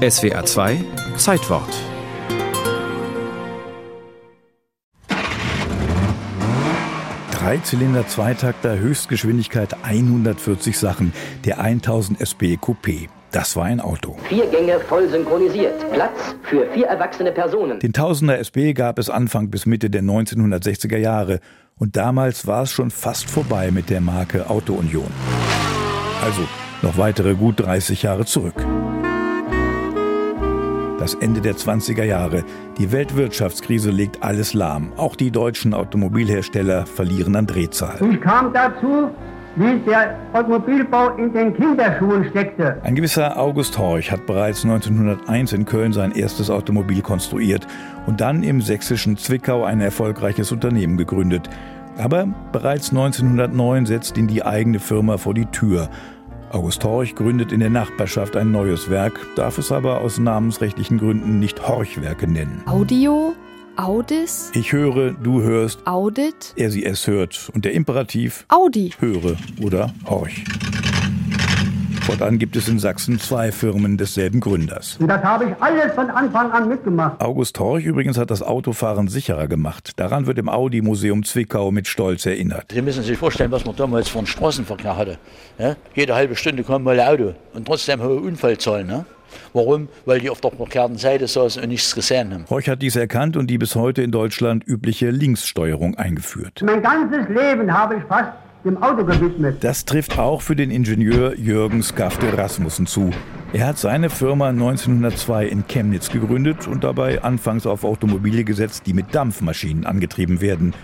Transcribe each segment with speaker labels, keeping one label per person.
Speaker 1: SWA 2 Zeitwort.
Speaker 2: Dreizylinder Zweitakter Höchstgeschwindigkeit 140 Sachen, der 1000 SP Coupé. Das war ein Auto.
Speaker 3: Vier Gänge voll synchronisiert. Platz für vier erwachsene Personen.
Speaker 2: Den 1000er SP gab es Anfang bis Mitte der 1960er Jahre und damals war es schon fast vorbei mit der Marke Auto Union. Also noch weitere gut 30 Jahre zurück. Das Ende der 20er Jahre. Die Weltwirtschaftskrise legt alles lahm. Auch die deutschen Automobilhersteller verlieren an Drehzahl.
Speaker 4: Ich kam dazu, wie der Automobilbau in den Kinderschuhen steckte.
Speaker 2: Ein gewisser August Horch hat bereits 1901 in Köln sein erstes Automobil konstruiert und dann im sächsischen Zwickau ein erfolgreiches Unternehmen gegründet. Aber bereits 1909 setzt ihn die eigene Firma vor die Tür. August Horch gründet in der Nachbarschaft ein neues Werk, darf es aber aus namensrechtlichen Gründen nicht Horchwerke nennen.
Speaker 5: Audio, Audis,
Speaker 2: Ich höre, du hörst,
Speaker 5: Audit,
Speaker 2: er sie es hört und der Imperativ
Speaker 5: Audi.
Speaker 2: höre oder horch. Fortan gibt es in Sachsen zwei Firmen desselben Gründers.
Speaker 4: Und das habe ich alles von Anfang an mitgemacht.
Speaker 2: August Horch übrigens hat das Autofahren sicherer gemacht. Daran wird im Audi-Museum Zwickau mit Stolz erinnert.
Speaker 6: Sie müssen sich vorstellen, was man damals für einen Straßenverkehr hatte. Ja? Jede halbe Stunde kam mal ein Auto und trotzdem hohe Unfallzahlen. Ne? Warum? Weil die auf der verkehrten Seite saßen und nichts gesehen haben.
Speaker 2: Horch hat dies erkannt und die bis heute in Deutschland übliche Linkssteuerung eingeführt.
Speaker 4: Mein ganzes Leben habe ich fast dem Auto gewidmet.
Speaker 2: Das trifft auch für den Ingenieur Jürgen Skafte Rasmussen zu. Er hat seine Firma 1902 in Chemnitz gegründet und dabei anfangs auf Automobile gesetzt, die mit Dampfmaschinen angetrieben werden.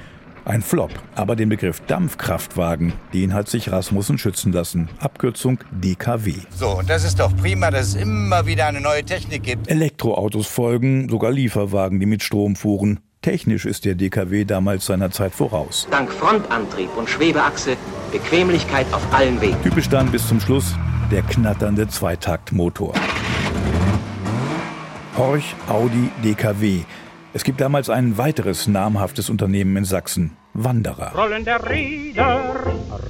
Speaker 2: Ein Flop, aber den Begriff Dampfkraftwagen, den hat sich Rasmussen schützen lassen. Abkürzung DKW.
Speaker 7: So, und das ist doch prima, dass es immer wieder eine neue Technik gibt.
Speaker 2: Elektroautos folgen, sogar Lieferwagen, die mit Strom fuhren. Technisch ist der DKW damals seiner Zeit voraus.
Speaker 3: Dank Frontantrieb und Schwebeachse Bequemlichkeit auf allen Wegen.
Speaker 2: Typisch dann bis zum Schluss der knatternde Zweitaktmotor. Horch Audi DKW. Es gibt damals ein weiteres namhaftes Unternehmen in Sachsen, Wanderer.
Speaker 8: Rollender Räder,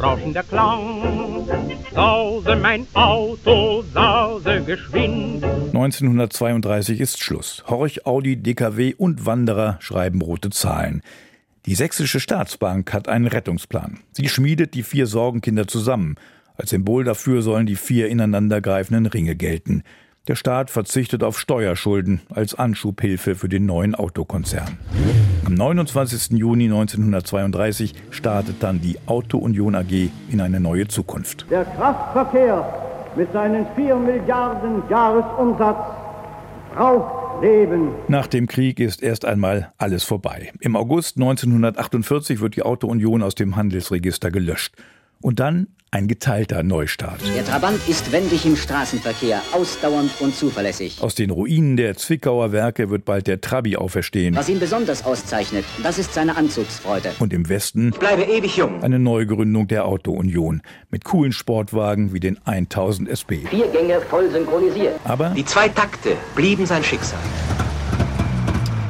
Speaker 8: rauschender Klang. Sause mein Auto, sause geschwind.
Speaker 2: 1932 ist Schluss. Horch Audi DKW und Wanderer schreiben rote Zahlen. Die sächsische Staatsbank hat einen Rettungsplan. Sie schmiedet die vier Sorgenkinder zusammen. Als Symbol dafür sollen die vier ineinandergreifenden Ringe gelten. Der Staat verzichtet auf Steuerschulden als Anschubhilfe für den neuen Autokonzern. Am 29. Juni 1932 startet dann die Auto Union AG in eine neue Zukunft.
Speaker 4: Der Kraftverkehr mit seinen 4 Milliarden Jahresumsatz braucht Leben.
Speaker 2: Nach dem Krieg ist erst einmal alles vorbei. Im August 1948 wird die Autounion aus dem Handelsregister gelöscht. Und dann ein geteilter Neustart.
Speaker 3: Der Trabant ist wendig im Straßenverkehr, ausdauernd und zuverlässig.
Speaker 2: Aus den Ruinen der Zwickauer Werke wird bald der Trabi auferstehen.
Speaker 3: Was ihn besonders auszeichnet, das ist seine Anzugsfreude.
Speaker 2: Und im Westen
Speaker 3: Bleibe ewig jung.
Speaker 2: eine Neugründung der Autounion mit coolen Sportwagen wie den 1000 SP.
Speaker 3: Vier Gänge voll synchronisiert.
Speaker 2: Aber
Speaker 9: Die zwei Takte blieben sein Schicksal.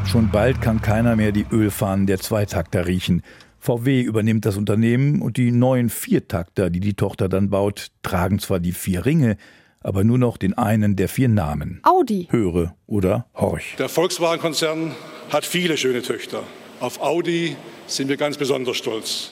Speaker 2: schon bald kann keiner mehr die Ölfahnen der Zweitakter riechen. VW übernimmt das Unternehmen und die neuen Viertakter, die die Tochter dann baut, tragen zwar die vier Ringe, aber nur noch den einen der vier Namen.
Speaker 5: Audi.
Speaker 2: höre oder horch.
Speaker 10: Der Volkswagen-Konzern hat viele schöne Töchter. Auf Audi sind wir ganz besonders stolz.